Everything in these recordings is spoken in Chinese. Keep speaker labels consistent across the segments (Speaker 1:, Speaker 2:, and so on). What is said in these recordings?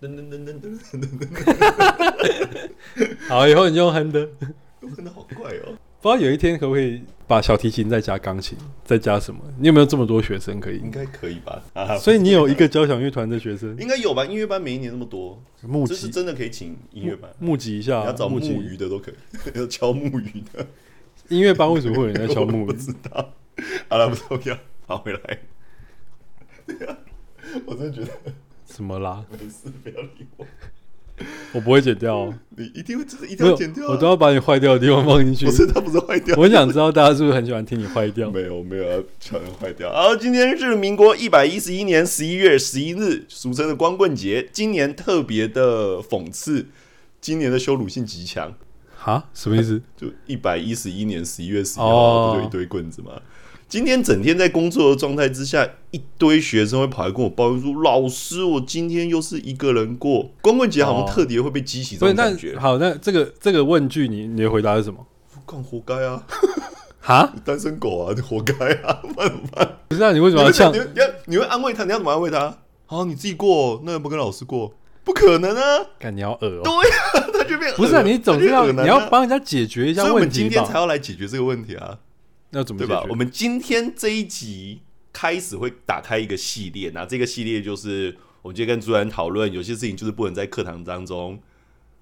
Speaker 1: 噔噔噔噔噔噔噔噔，
Speaker 2: 好，以后你就用哼的。
Speaker 1: 我真的好怪哦。
Speaker 2: 不知道有一天可不可以把小提琴再加钢琴，再加什么？你有没有这么多学生可以
Speaker 1: 应？该可以吧？啊，
Speaker 2: 所以你有一个交响乐团的学生，
Speaker 1: 应该有吧？音乐班每一年那么多，
Speaker 2: 募
Speaker 1: 这是
Speaker 2: 集
Speaker 1: 真的可以请音乐班，
Speaker 2: 募集一
Speaker 1: 你
Speaker 2: 下
Speaker 1: 要，找木
Speaker 2: 募集
Speaker 1: 鱼的都可以，要敲木鱼的。
Speaker 2: 音乐班为什么会有人在敲
Speaker 1: 我
Speaker 2: 木
Speaker 1: 不
Speaker 2: 鱼？
Speaker 1: 知道。好了，不重要。好，回来。我真的觉得
Speaker 2: 什么啦？
Speaker 1: 没事，不要理我。
Speaker 2: 我不会剪 掉、哦，
Speaker 1: 你一定会，这是一定
Speaker 2: 没
Speaker 1: 要
Speaker 2: 有
Speaker 1: 剪掉、，啊。
Speaker 2: 我都要把你坏掉的地方放进去
Speaker 1: 不。是，它不是坏掉。
Speaker 2: 我想知道大家是不是很喜欢听你坏掉？
Speaker 1: 没有没有要全坏掉。好，今天是民国一百一十一年十一月十一日，俗称的光棍节。今年特别的讽刺，今年的羞辱性极强。
Speaker 2: 哈，什么意思？
Speaker 1: 就一百一十一年十一月十一
Speaker 2: 哦
Speaker 1: 号，不就一堆棍子吗？今天整天在工作的状态之下，一堆学生会跑来跟我抱怨说：“老师，我今天又是一个人过光棍节，好
Speaker 2: 哦
Speaker 1: 像特别会被激起这
Speaker 2: 所以
Speaker 1: 种
Speaker 2: 那
Speaker 1: 感觉。
Speaker 2: 好，那这个这个问句你，你的回答是什么？
Speaker 1: 干活该啊，
Speaker 2: 哈，
Speaker 1: 单身狗啊，就活该啊！ 不然怎么办？
Speaker 2: 不是那你为
Speaker 1: 你
Speaker 2: 什么要
Speaker 1: 会
Speaker 2: 呛
Speaker 1: 你？会你要你会安慰他，你要怎么安慰他？好，你自己过，那要不要跟老师过？不可能啊！
Speaker 2: 干你要恶哦、
Speaker 1: 对啊，他就变恶
Speaker 2: 不是啊，你总是要
Speaker 1: 他就变恶男
Speaker 2: 你
Speaker 1: 啊
Speaker 2: 要帮人家解决一
Speaker 1: 所
Speaker 2: 下
Speaker 1: 以我
Speaker 2: 问
Speaker 1: 们今
Speaker 2: 题
Speaker 1: 天才
Speaker 2: 吧？
Speaker 1: 要来解决这个问题啊。
Speaker 2: 那怎么
Speaker 1: 对
Speaker 2: 解
Speaker 1: 吧？我
Speaker 2: 决？
Speaker 1: 们今天这一集开始会打开一个系列，那这个系列就是我们今天跟主任讨论，有些事情就是不能在课堂当中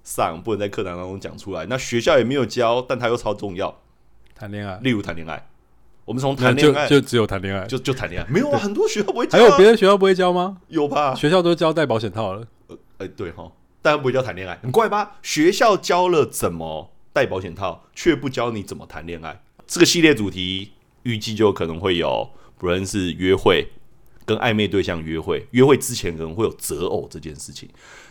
Speaker 1: 上，不能在课堂当中讲出来。那学校也没有教，但它又超重要，
Speaker 2: 谈恋爱，
Speaker 1: 例如谈恋爱。我们从
Speaker 2: 那
Speaker 1: 谈
Speaker 2: 就
Speaker 1: 恋爱就
Speaker 2: 就只有谈恋爱。
Speaker 1: 就谈恋爱，没有啊，很多学校不会教、
Speaker 2: 还
Speaker 1: 啊，
Speaker 2: 有别的学校不会教吗？
Speaker 1: 有吧？
Speaker 2: 学校都教戴保险套了。
Speaker 1: 哎、对哈，但不会教谈恋爱，很怪吧？学校教了怎么戴保险套，却不教你怎么谈恋爱。这个系列主题预计就可能会有，不论是约会跟暧昧对象约会，约会之前可能会有择偶这件事情，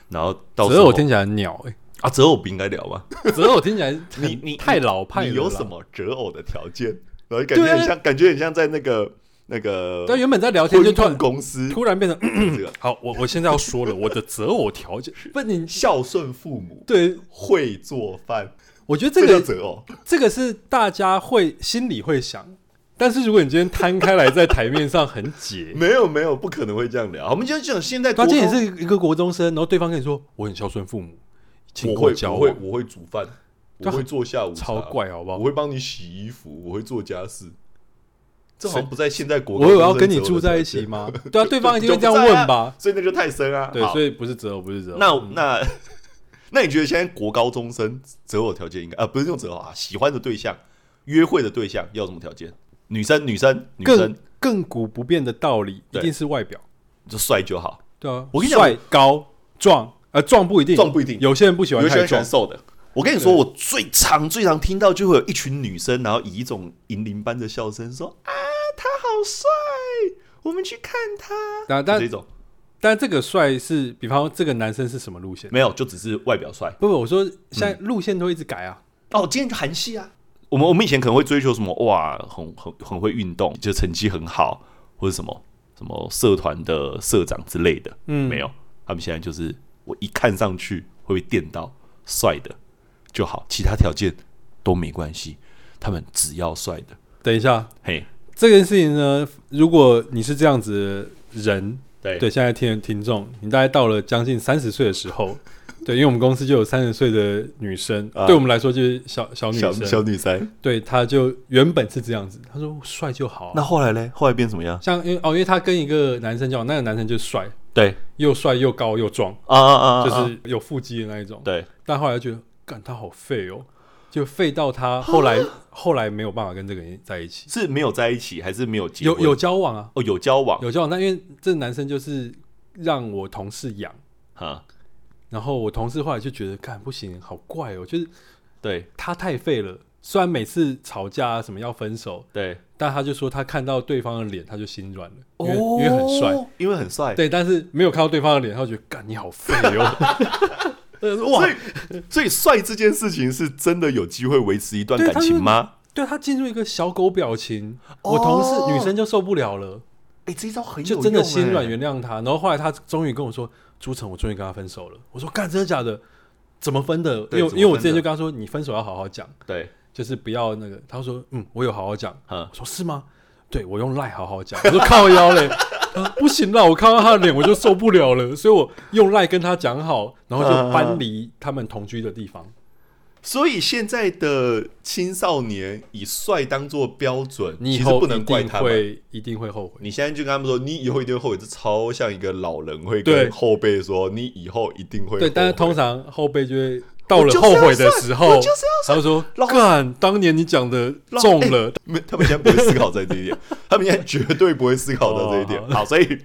Speaker 1: 然后到时
Speaker 2: 择
Speaker 1: 候
Speaker 2: 偶听起来很鸟哎、
Speaker 1: 啊，择偶不应该聊 吗？
Speaker 2: 择偶听起来很
Speaker 1: 你你
Speaker 2: 太老派了。
Speaker 1: 你有什？么择偶的条件？然后感觉
Speaker 2: 对啊
Speaker 1: 很像，感觉很像在那个那个
Speaker 2: 但原本在聊天就
Speaker 1: 婚
Speaker 2: 突
Speaker 1: 控
Speaker 2: 然
Speaker 1: 公司
Speaker 2: 突然变成嗯
Speaker 1: 这个
Speaker 2: 好，我我现在要说了，我的择偶 条件不你
Speaker 1: 孝顺父母，
Speaker 2: 对，
Speaker 1: 会做饭，
Speaker 2: 我觉得这
Speaker 1: 这叫
Speaker 2: 个
Speaker 1: 择偶。
Speaker 2: 这个是大家会心里会想，但是如果你今天摊开来在台面上很解，
Speaker 1: 没有没有，不可能会这样聊。我们就讲现在
Speaker 2: 他
Speaker 1: 国
Speaker 2: 今
Speaker 1: 中，
Speaker 2: 天啊也是一个国中生，然后对方跟你说我很孝顺父母，请
Speaker 1: 我
Speaker 2: 跟我
Speaker 1: 会
Speaker 2: 交
Speaker 1: 我会
Speaker 2: 往，
Speaker 1: 我会煮饭，
Speaker 2: 对
Speaker 1: 我
Speaker 2: 啊
Speaker 1: 会做下午茶，
Speaker 2: 超怪好不好
Speaker 1: 我？会帮你洗衣服，我会做家事。这好
Speaker 2: 谁
Speaker 1: 像不在现在国，
Speaker 2: 我有要跟你住在一起？ 吗？对啊，对方一定会这样问吧？
Speaker 1: 所以那就太深啊。
Speaker 2: 对，
Speaker 1: 好
Speaker 2: 所以嗯不是择偶，不是择偶。
Speaker 1: 那那 那你觉得现在国高中生择偶条件应该啊，不是用择偶啊，喜欢的对象、约会的对象要什么条件？女生女生女
Speaker 2: 更
Speaker 1: 生
Speaker 2: 亘古不变的道理一
Speaker 1: 对
Speaker 2: 定是外表，
Speaker 1: 就帅就好，
Speaker 2: 对啊，
Speaker 1: 我跟你讲
Speaker 2: 帅、高、壮，呃，壮不一定，
Speaker 1: 壮不一定
Speaker 2: 有些人不喜欢
Speaker 1: 有些
Speaker 2: 太
Speaker 1: 人喜
Speaker 2: 壮
Speaker 1: 欢，瘦的。我跟你说，我最常最常听到就会有一群女生，然后以一种银铃般的笑声说：“啊，他好帅，我们去看他。
Speaker 2: 但”
Speaker 1: 这
Speaker 2: 但
Speaker 1: 种
Speaker 2: 但这个帅是，比方说这个男生是什么路线？
Speaker 1: 没有，就只是外表帅。
Speaker 2: 不不，我说现在路线都一直改啊，
Speaker 1: 哦，今天就韩系啊。我们我们以前可能会追求什么哇，很很很会运动，就成绩很好，或者什么什么社团的社长之类的。
Speaker 2: 嗯
Speaker 1: 没有，他们现在就是我一看上去会被电到，帅的就好，其他条件都没关系，他们只要帅的。
Speaker 2: 等一下，
Speaker 1: 嘿，
Speaker 2: 这件事情呢，如果你是这样子的人，
Speaker 1: 对
Speaker 2: 对，现在听的听众，你大概到了将近三十岁的 时候，对，因为我们公司就有三十岁的女生，
Speaker 1: 啊
Speaker 2: 对我们来说就是小小女
Speaker 1: 小
Speaker 2: 生，
Speaker 1: 小女生。
Speaker 2: 对，她就原本是这样子，她说帅就好啊、
Speaker 1: 哦那后来呢？后来变什么样？
Speaker 2: 像因为哦，因为她跟一个男生交往，那个男生就帅，
Speaker 1: 对
Speaker 2: 又帅又高又壮，
Speaker 1: 啊啊啊，
Speaker 2: 就
Speaker 1: 啊
Speaker 2: 是有腹肌的那一种，
Speaker 1: 对，
Speaker 2: 但后来就觉得，干他好废哦，就废到他后来
Speaker 1: 啊
Speaker 2: 后来没有办法跟这个人在一起，
Speaker 1: 是没有在一起，还是没有结
Speaker 2: 有
Speaker 1: 婚？
Speaker 2: 有交往啊，
Speaker 1: 哦，有交往
Speaker 2: 有交往，但因为这男生就是让我同事养，
Speaker 1: 啊，
Speaker 2: 然后我同事后来就觉得，干不行，好怪哦，就是
Speaker 1: 对
Speaker 2: 他太废了。虽然每次吵架啊什么要分手，
Speaker 1: 对，
Speaker 2: 但他就说他看到对方的脸他就心软了，因为、
Speaker 1: 哦
Speaker 2: 因为很帅，，
Speaker 1: 因为很帅。
Speaker 2: 对，但是没有看到对方的脸，他就觉得干你好废哦， 呃哇
Speaker 1: 所，以，所以帅这件事情是真的有机会维持一段
Speaker 2: 对
Speaker 1: 感情吗？
Speaker 2: 对他进入一个小狗表情，我同事
Speaker 1: 哦
Speaker 2: 女生就受不了了，
Speaker 1: 哎、这一招很有
Speaker 2: 就真的
Speaker 1: 用
Speaker 2: 心软
Speaker 1: 哎
Speaker 2: 原谅他。然后后来他终于跟我说：“朱晨，我终于跟他分手了。”我说：“干，真的假的？怎么分的？因
Speaker 1: 对
Speaker 2: 为
Speaker 1: 怎么分
Speaker 2: 因
Speaker 1: 的
Speaker 2: 为我之前就跟他说，你分手要好好讲，
Speaker 1: 对，
Speaker 2: 就是不要那个。”他说：“嗯，我有好好讲。”
Speaker 1: 嗯
Speaker 2: 我说：“是吗？”对，我用赖好好讲。我说：“靠腰嘞。”他说不行啦，我看到他的脸我就受不了了，所以我用赖跟他讲好，然后就搬离他们同居的地方。
Speaker 1: 所以现在的青少年以帅当做标准，
Speaker 2: 你以
Speaker 1: 其实
Speaker 2: 后
Speaker 1: 不
Speaker 2: 一
Speaker 1: 能怪
Speaker 2: 定
Speaker 1: 他们。
Speaker 2: 会一定会后悔。
Speaker 1: 你现在就跟他们说，你以后一定会后悔，这超像一个老人会
Speaker 2: 对
Speaker 1: 跟后辈说，你以后一定会后悔。
Speaker 2: 对，但是通常后辈就会到
Speaker 1: 我
Speaker 2: 了
Speaker 1: 就是
Speaker 2: 后
Speaker 1: 要
Speaker 2: 悔的
Speaker 1: 算
Speaker 2: 时
Speaker 1: 我
Speaker 2: 候
Speaker 1: 就是要，
Speaker 2: 他就说
Speaker 1: 老：“
Speaker 2: 干，当年你讲的
Speaker 1: 老
Speaker 2: 中
Speaker 1: 哎
Speaker 2: 了，
Speaker 1: 没，他们现在不会思考在这 一点，他们现在绝对不会思考到这一点。
Speaker 2: 哦
Speaker 1: 好，所 以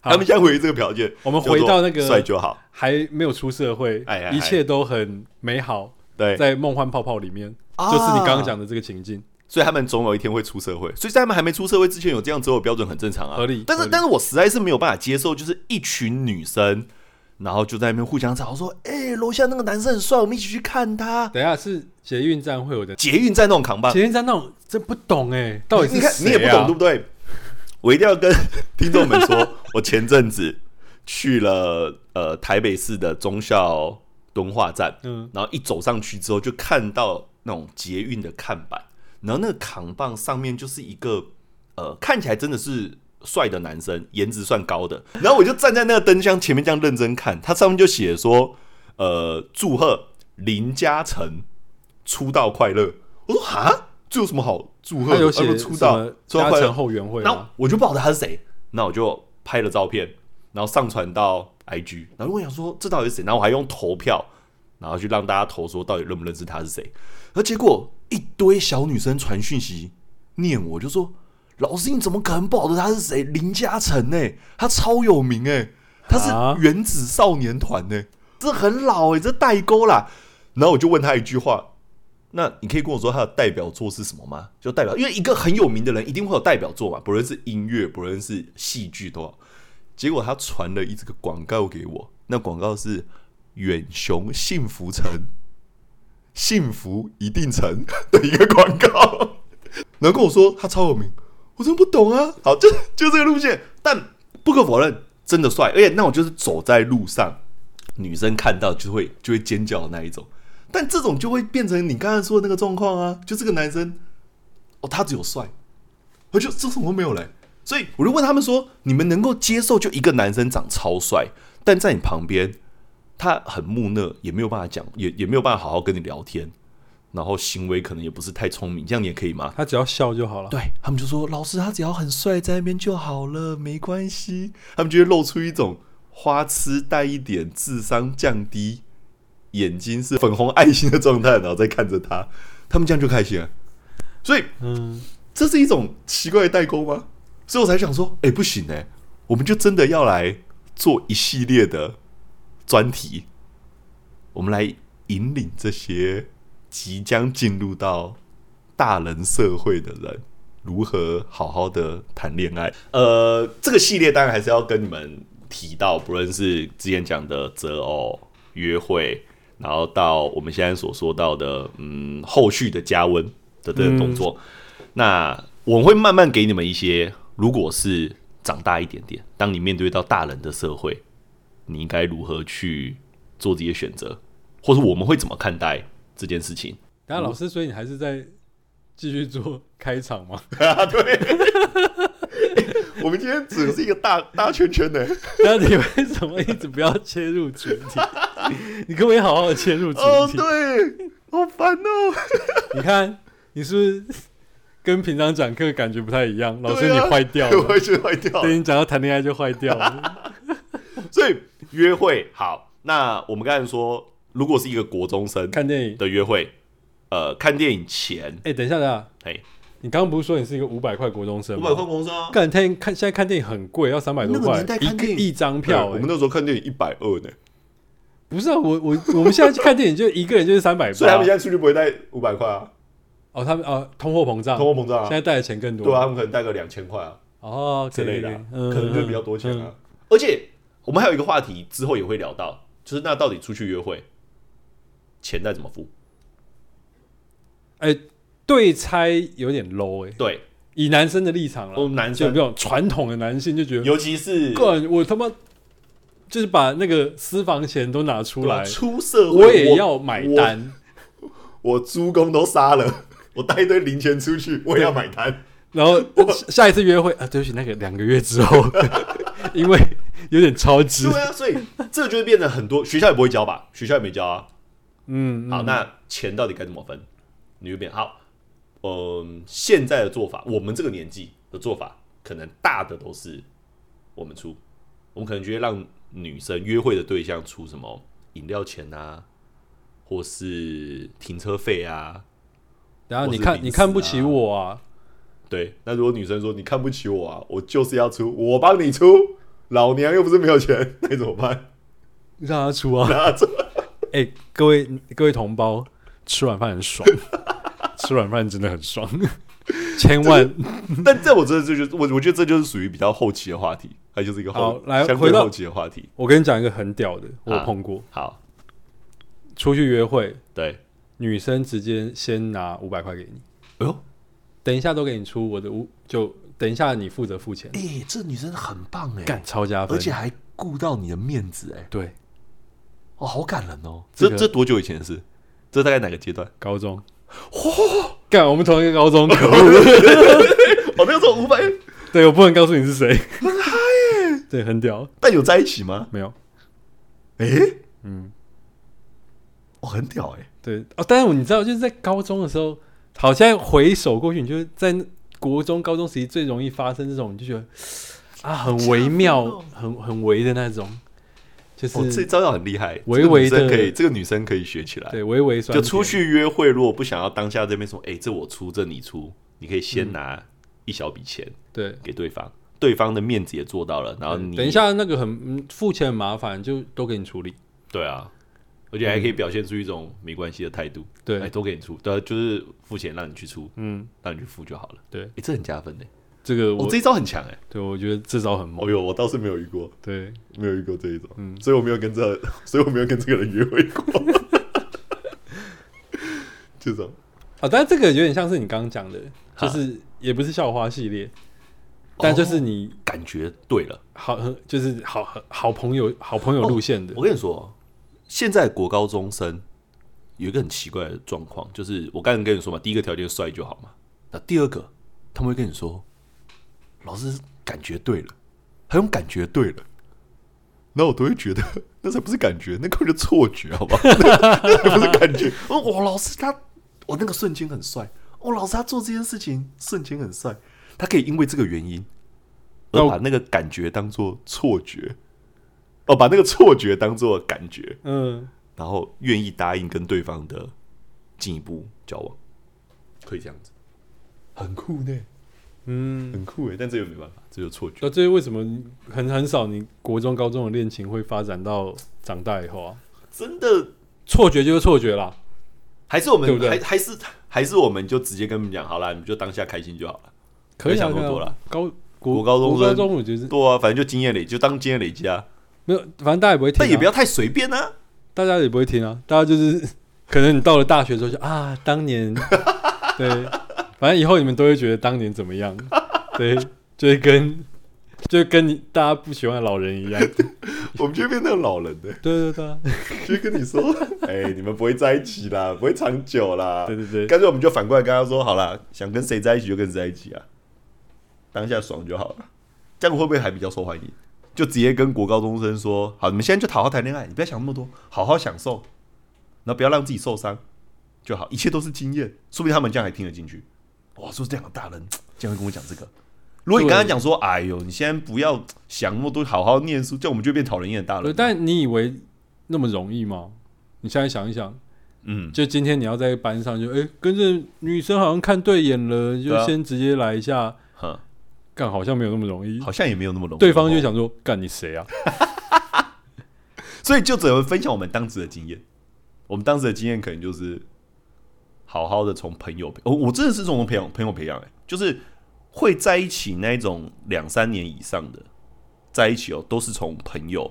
Speaker 1: 他们现在回这个条件，
Speaker 2: 我们回到那个
Speaker 1: 叫做帅就好。
Speaker 2: 还没有出社会
Speaker 1: 哎哎，哎
Speaker 2: 一切都很美好，
Speaker 1: 对，
Speaker 2: 在梦幻泡泡里面，
Speaker 1: 啊
Speaker 2: 就是你刚刚讲的这个情境。
Speaker 1: 所以他们总有一天会出社会，所以在他们还没出社会之前有这样择偶标准很正常啊，
Speaker 2: 合理
Speaker 1: 但
Speaker 2: 合
Speaker 1: 是，
Speaker 2: 理
Speaker 1: 但是我实在是没有办法接受，就是一群女生，然后就在那边互相吵说：“哎、楼下那个男生很帅，我们一起去看他。
Speaker 2: 等一下是捷运站会有的”，
Speaker 1: 捷运站那种扛棒
Speaker 2: 捷，运站那种真不懂哎，到底
Speaker 1: 啊你
Speaker 2: 是
Speaker 1: 看你也不
Speaker 2: 谁
Speaker 1: 懂
Speaker 2: 啊
Speaker 1: 对？不对？我一定要跟听众们说，我前阵子去了呃台北市的忠孝敦化站，
Speaker 2: 嗯，
Speaker 1: 然后一走上去之后，就看到那种捷运的看板，然后那个扛棒上面就是一个呃，看起来真的是帅的男生，颜值算高的。然后我就站在那个灯箱前面这样认真看，它上面就写说，呃，祝贺林嘉诚出道快乐。我说哈，这有什么好祝贺
Speaker 2: 他
Speaker 1: 的？
Speaker 2: 有
Speaker 1: 他
Speaker 2: 写
Speaker 1: 说出
Speaker 2: 什
Speaker 1: 道
Speaker 2: 么
Speaker 1: 出道
Speaker 2: 加
Speaker 1: 快乐
Speaker 2: 成，后援会啊
Speaker 1: 然后
Speaker 2: 吗？
Speaker 1: 我就不晓得他是谁，那我就拍了照片，然后上传到 IG，然后我想说这到底是谁，然后我还用投票，然后去让大家投说到底认不认识他是谁，而结果一堆小女生传讯息念我，就说老师你怎么可能不晓得他是谁？林嘉诚呢、他超有名哎、他
Speaker 2: 啊
Speaker 1: 是原子少年团呢、这很老哎、这代沟啦。然后我就问他一句话，那你可以跟我说他的代表作是什么吗？就代表，因为一个很有名的人一定会有代表作嘛，不论是音乐，不论是戏剧都好。结果他传了一这个广告给我，那广告是远雄幸福城，幸福一定成的一个广告，然后跟我说他超有名，我真的不懂啊。好，就就这个路线，但不可否认，真的帅，而且那种就是走在路上，女生看到就会就会尖叫的那一种。但这种就会变成你刚才说的那个状况啊，就这个男生，哦，他只有帅，我就这什么都没有嘞。所以我就问他们说，你们能够接受就一个男生长超帅，但在你旁边他很木讷，也没有办法讲，也也没有办法好好跟你聊天，然后行为可能也不是太聪明，这样你也可以吗？
Speaker 2: 他只要笑就好了。
Speaker 1: 对他们就说，老师他只要很帅在那边就好了，没关系。他们就会露出一种花痴带一点智商降低，眼睛是粉红爱心的状态，然后再看着他，他们这样就开心了。所以
Speaker 2: 嗯，
Speaker 1: 这是一种奇怪的代沟吗？所以我才想说，哎、不行哎、我们就真的要来做一系列的专题，我们来引领这些即将进入到大人社会的人。如何好好的谈恋爱？呃，这个系列当然还是要跟你们提到，不论是之前讲的择偶、约会，然后到我们现在所说到的，嗯，后续的加温的这个动作。那我会慢慢给你们一些，如果是长大一点点，当你面对到大人的社会，你应该如何去做这些选择，或者我们会怎么看待这件事情？
Speaker 2: 等一下老师，所以你还是在继续做开场吗？
Speaker 1: 啊，对。 我们今天只是一个大大圈圈 呢、
Speaker 2: 那你为什么一直不要切入主题？你可不可以好好地切入主
Speaker 1: 哦，
Speaker 2: 题？
Speaker 1: 对，好烦哦。
Speaker 2: 你看，你是不是跟平常讲课感觉不太一样？老师，
Speaker 1: 对
Speaker 2: 你
Speaker 1: 啊
Speaker 2: 坏 掉
Speaker 1: 我
Speaker 2: 了。
Speaker 1: 会学坏掉了。
Speaker 2: 对你讲到谈恋爱就坏掉了。
Speaker 1: 所以约会好，那我们刚才说，如果是一个国中生
Speaker 2: 看电影，
Speaker 1: 的约会，呃，看电影前，
Speaker 2: 哎、等一下，等一下，
Speaker 1: 哎，
Speaker 2: 你刚刚不是说你是一个五百块国中生
Speaker 1: 五
Speaker 2: 吗
Speaker 1: 百？块公升啊，
Speaker 2: 干看看现在看电影很贵，要三百多
Speaker 1: 那个
Speaker 2: 块
Speaker 1: 年代，
Speaker 2: 一
Speaker 1: 看
Speaker 2: 个
Speaker 1: 电影
Speaker 2: 一张票、
Speaker 1: 我
Speaker 2: 哎
Speaker 1: 们那时候看电影一百二呢，
Speaker 2: 不是啊，我我我们现在去看电影就一个人就是三百
Speaker 1: 所以他们
Speaker 2: 八。
Speaker 1: 现在出去不会带五百块啊，
Speaker 2: 哦，他们哦，通货膨胀，
Speaker 1: 通货膨胀
Speaker 2: 现
Speaker 1: 啊，
Speaker 2: 在带的钱更多。
Speaker 1: 对啊，他们可能带个两千块啊
Speaker 2: 哦，
Speaker 1: 之类的啊、
Speaker 2: 可以
Speaker 1: 可能就
Speaker 2: 嗯
Speaker 1: 比较多钱啊。。而且我们还有一个话题，之后也会聊到，就是那到底出去约会，钱该怎么付？
Speaker 2: 哎、嗯嗯对猜有点 low 哎、
Speaker 1: 对，
Speaker 2: 以男生的立场
Speaker 1: 我
Speaker 2: 了，
Speaker 1: 们哦男
Speaker 2: 啊就
Speaker 1: 生
Speaker 2: 这，种传统的男性就觉得，
Speaker 1: 尤其是
Speaker 2: 干我他妈就是把那个私房钱都拿出
Speaker 1: 对啊
Speaker 2: 来，
Speaker 1: 出社会，
Speaker 2: 我也要买
Speaker 1: 我
Speaker 2: 单。
Speaker 1: 我猪公都杀了，我带一堆零钱出去，我也要买单。
Speaker 2: 然后下一次约会啊，对不起，那个两个月 之后，因为有点超支
Speaker 1: 对，啊，所以这就会变得很多学校也不会教吧，学校也没教啊。
Speaker 2: 嗯，
Speaker 1: 好，那钱到底该怎么分？你会变好。嗯、现在的做法，我们这个年纪的做法，可能大的都是我们出，我们可能觉得让女生约会的对象出什么饮料钱啊，或是停车费啊。
Speaker 2: 然后
Speaker 1: 或
Speaker 2: 你
Speaker 1: 是
Speaker 2: 看
Speaker 1: 零
Speaker 2: 你
Speaker 1: 食
Speaker 2: 看不起
Speaker 1: 啊
Speaker 2: 我啊，
Speaker 1: 对，那如果女生说你看不起我啊，我就是要出，我帮你出，老娘又不是没有钱，那怎么办？
Speaker 2: 让他出啊，
Speaker 1: 那这
Speaker 2: 哎、各位各位同胞，吃软饭 很爽，吃软饭真的很爽，千万
Speaker 1: 但这我真的这就是我，我觉得这就是属于比较后期的话题，它就是一个后
Speaker 2: 好来
Speaker 1: 相
Speaker 2: 回
Speaker 1: 对
Speaker 2: 到
Speaker 1: 后期的话题。
Speaker 2: 我跟你讲一个很屌的，我
Speaker 1: 啊
Speaker 2: 有碰过，
Speaker 1: 好，
Speaker 2: 出去约会，
Speaker 1: 对，
Speaker 2: 女生直接先拿五百块给你，
Speaker 1: 哎呦，
Speaker 2: 等一下都给你出我的五，就等一下你负责付钱，
Speaker 1: 哎、这女生很棒哎、
Speaker 2: 干、超加分，
Speaker 1: 而且还顾到你的面子哎、
Speaker 2: 对
Speaker 1: 哦，好感人哦。
Speaker 2: 这
Speaker 1: 这
Speaker 2: 个
Speaker 1: 这多久以前的事？这大概哪个阶段？
Speaker 2: 高中，干我们同一个高中，可恶
Speaker 1: 哦，那个时候五 百，
Speaker 2: 对我不能告诉你是谁， 很嗨耶，对，很屌，
Speaker 1: 但有在一起吗？
Speaker 2: 没有。
Speaker 1: 哎、
Speaker 2: 嗯，
Speaker 1: 哦，很屌哎、
Speaker 2: 对哦，但是你知道，就是在高中的时候，好像回首过去，你就是在国中、高中时期最容易发生这种，你就觉得啊，很微妙、很很微的那种，就是、
Speaker 1: 哦，这招要很厉害，
Speaker 2: 微
Speaker 1: 这个女
Speaker 2: 微
Speaker 1: 生
Speaker 2: 的
Speaker 1: 可以，这个女生可以学起来。
Speaker 2: 对微微酸
Speaker 1: 就
Speaker 2: 甜，
Speaker 1: 出去约会，如果不想要当下这边说，哎、这我出，这你出，你可以先拿一小笔钱
Speaker 2: 对。
Speaker 1: 给对方，对方的面子也做到了，然后你
Speaker 2: 等一，下，那个很嗯付钱很麻烦，就都给你处理。
Speaker 1: 对啊，而且还可以表现出一种没关系的态度，
Speaker 2: 对
Speaker 1: 哎、都给你出，嗯对啊，就是付钱让你去出，
Speaker 2: 嗯，
Speaker 1: 让你去付就好了，
Speaker 2: 对
Speaker 1: 哎、这很加分的、
Speaker 2: 哦这个
Speaker 1: 我、
Speaker 2: 我
Speaker 1: 这一招很强哎、
Speaker 2: 对我觉得这招很猛。
Speaker 1: 哦哟，我倒是没有遇过，
Speaker 2: 对，
Speaker 1: 没有遇过这一种，
Speaker 2: 嗯
Speaker 1: 所以我没有跟这，所以我没有跟这个人约会 过，就这种，
Speaker 2: 啊，但是这个有点像是你刚刚讲的，
Speaker 1: 哈
Speaker 2: 就是也不是校花系列，但就是你
Speaker 1: 感觉对了。
Speaker 2: 好，就是好好朋友好朋友路线的。
Speaker 1: 我跟你说，现在国高中生有一个很奇怪的状况，就是我刚才跟你说嘛，第一个条件帅就好嘛。那第二个，他们会跟你说，老师感觉对了，还用感觉对了。那我都会觉得那才不是感觉，那根本就错觉，好吧？ 那才不是感觉。哦，我老师他，我那个瞬间很帅。哦，老师他做这件事情瞬间很帅，他可以因为这个原因
Speaker 2: 那
Speaker 1: 而
Speaker 2: 我
Speaker 1: 把那个感觉当做错觉，哦，把那个错觉当做感觉，
Speaker 2: 嗯，
Speaker 1: 然后愿意答应跟对方的进一步交往，可以这样子，很酷呢，
Speaker 2: 嗯，
Speaker 1: 很酷哎，但这又没办法，这就是错觉。
Speaker 2: 那这是为什么你很很少你国中、高中的恋情会发展到长大以后啊？
Speaker 1: 真的
Speaker 2: 错觉就是错觉啦，
Speaker 1: 还是我们
Speaker 2: 对不对
Speaker 1: 还还是还是我们就直接跟他们讲好啦，你们就当下开心就好了。
Speaker 2: 可以啊
Speaker 1: 想那么多
Speaker 2: 可以啊
Speaker 1: 啦
Speaker 2: 高
Speaker 1: 国
Speaker 2: 国
Speaker 1: 高中
Speaker 2: 国高
Speaker 1: 生
Speaker 2: 中我觉得是
Speaker 1: 对啊，反正就经验累，就当经验累积啊，
Speaker 2: 没有，反正大家也不会听、啊，
Speaker 1: 但也不要太随便啊。
Speaker 2: 大家也不会听啊，大家就是 可能你到了大学之后就啊，当年对，反正以后你们都会觉得当年怎么样，对，就会跟就会跟你大家不喜欢的老人一样， 对
Speaker 1: 我们就变成老人的，
Speaker 2: 对对啊
Speaker 1: 就跟你说， 哎、你们不会在一起啦，不会长久啦。
Speaker 2: 对对对，
Speaker 1: 干脆我们就反过来跟他说，好啦，想跟谁在一起就跟谁在一起啊，当下爽就好了，这样会不会还比较受欢迎？就直接跟国高中生说，好，你们现在就好好谈恋爱，你不要想那么多，好好享受，然后不要让自己受伤就好，一切都是经验，说不定他们这样还听得进去。哇，说这两个大人竟然会跟我讲这个。如果你
Speaker 2: 对
Speaker 1: 刚刚讲说，哎呦，你现在不要想那么多，好好念书，这样我们就变讨人厌的大
Speaker 2: 对
Speaker 1: 人。
Speaker 2: 但你以为那么容易吗？你现在想一想，
Speaker 1: 嗯，
Speaker 2: 就今天你要在班上就哎、跟着女生好像看对眼了，就
Speaker 1: 对啊
Speaker 2: 先直接来一下，
Speaker 1: 哼，
Speaker 2: 干、好像没有那么容易，
Speaker 1: 好像也没有那么容易。哦
Speaker 2: 对方就想说干你谁啊？
Speaker 1: 所以就只能分享我们当时的经验。我们当时的经验可能就是好好的从朋友培，我、我真的是从朋友朋友培养、欸，就是会在一起那一种两三年以上的在一起哦，都是从朋友